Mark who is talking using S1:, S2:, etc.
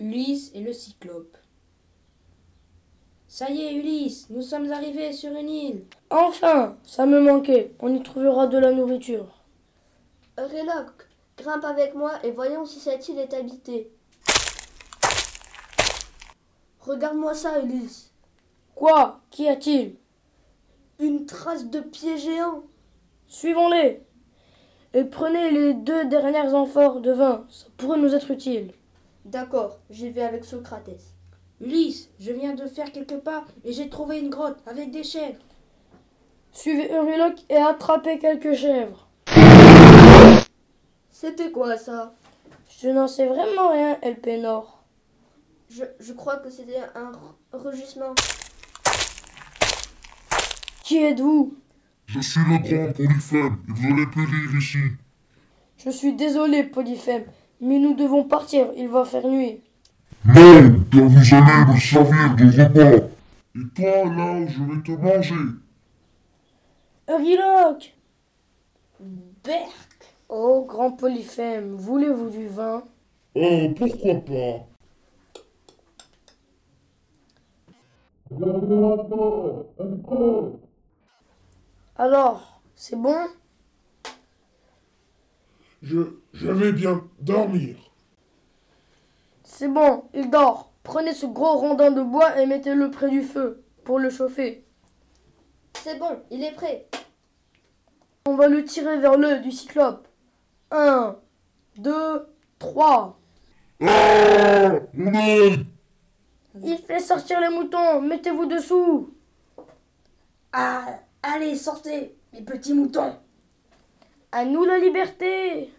S1: Ulysse et le Cyclope. Ça y est, Ulysse, nous sommes arrivés sur une île.
S2: Enfin, ça me manquait. On y trouvera de la nourriture.
S3: Reloc, grimpe avec moi et voyons si cette île est habitée. Regarde-moi ça, Ulysse.
S2: Quoi Qu'y a-t-il
S3: Une trace de pied géant.
S2: Suivons-les et prenez les deux dernières amphores de vin. Ça pourrait nous être utile.
S3: D'accord, j'y vais avec Socrates.
S1: Ulysse, je viens de faire quelques pas et j'ai trouvé une grotte avec des chèvres.
S2: Suivez Euryloque et attrapez quelques chèvres.
S3: C'était quoi ça
S2: Je n'en sais vraiment rien, Elpénor.
S3: Je, je crois que c'était un rugissement.
S2: Qui êtes-vous
S4: Je suis le grand Polyphème et vous allez périr ici.
S2: Je suis désolé, Polyphème, mais nous devons partir, il va faire nuit.
S4: Non, car vous allez me servir de repas. Et toi, là, je vais te manger.
S2: Euryloque
S1: Berk
S2: Oh, grand Polyphème, voulez-vous du vin
S4: Oh, pourquoi pas
S2: Alors, c'est bon
S4: Je, je vais bien dormir.
S2: C'est bon, il dort. Prenez ce gros rondin de bois et mettez-le près du feu pour le chauffer.
S3: C'est bon, il est prêt.
S2: On va le tirer vers le du cyclope. 1, 2, 3.
S4: Ah, on aide
S2: Il fait sortir les moutons, mettez-vous dessous.
S1: Ah Allez, sortez, mes petits moutons
S2: À nous la liberté.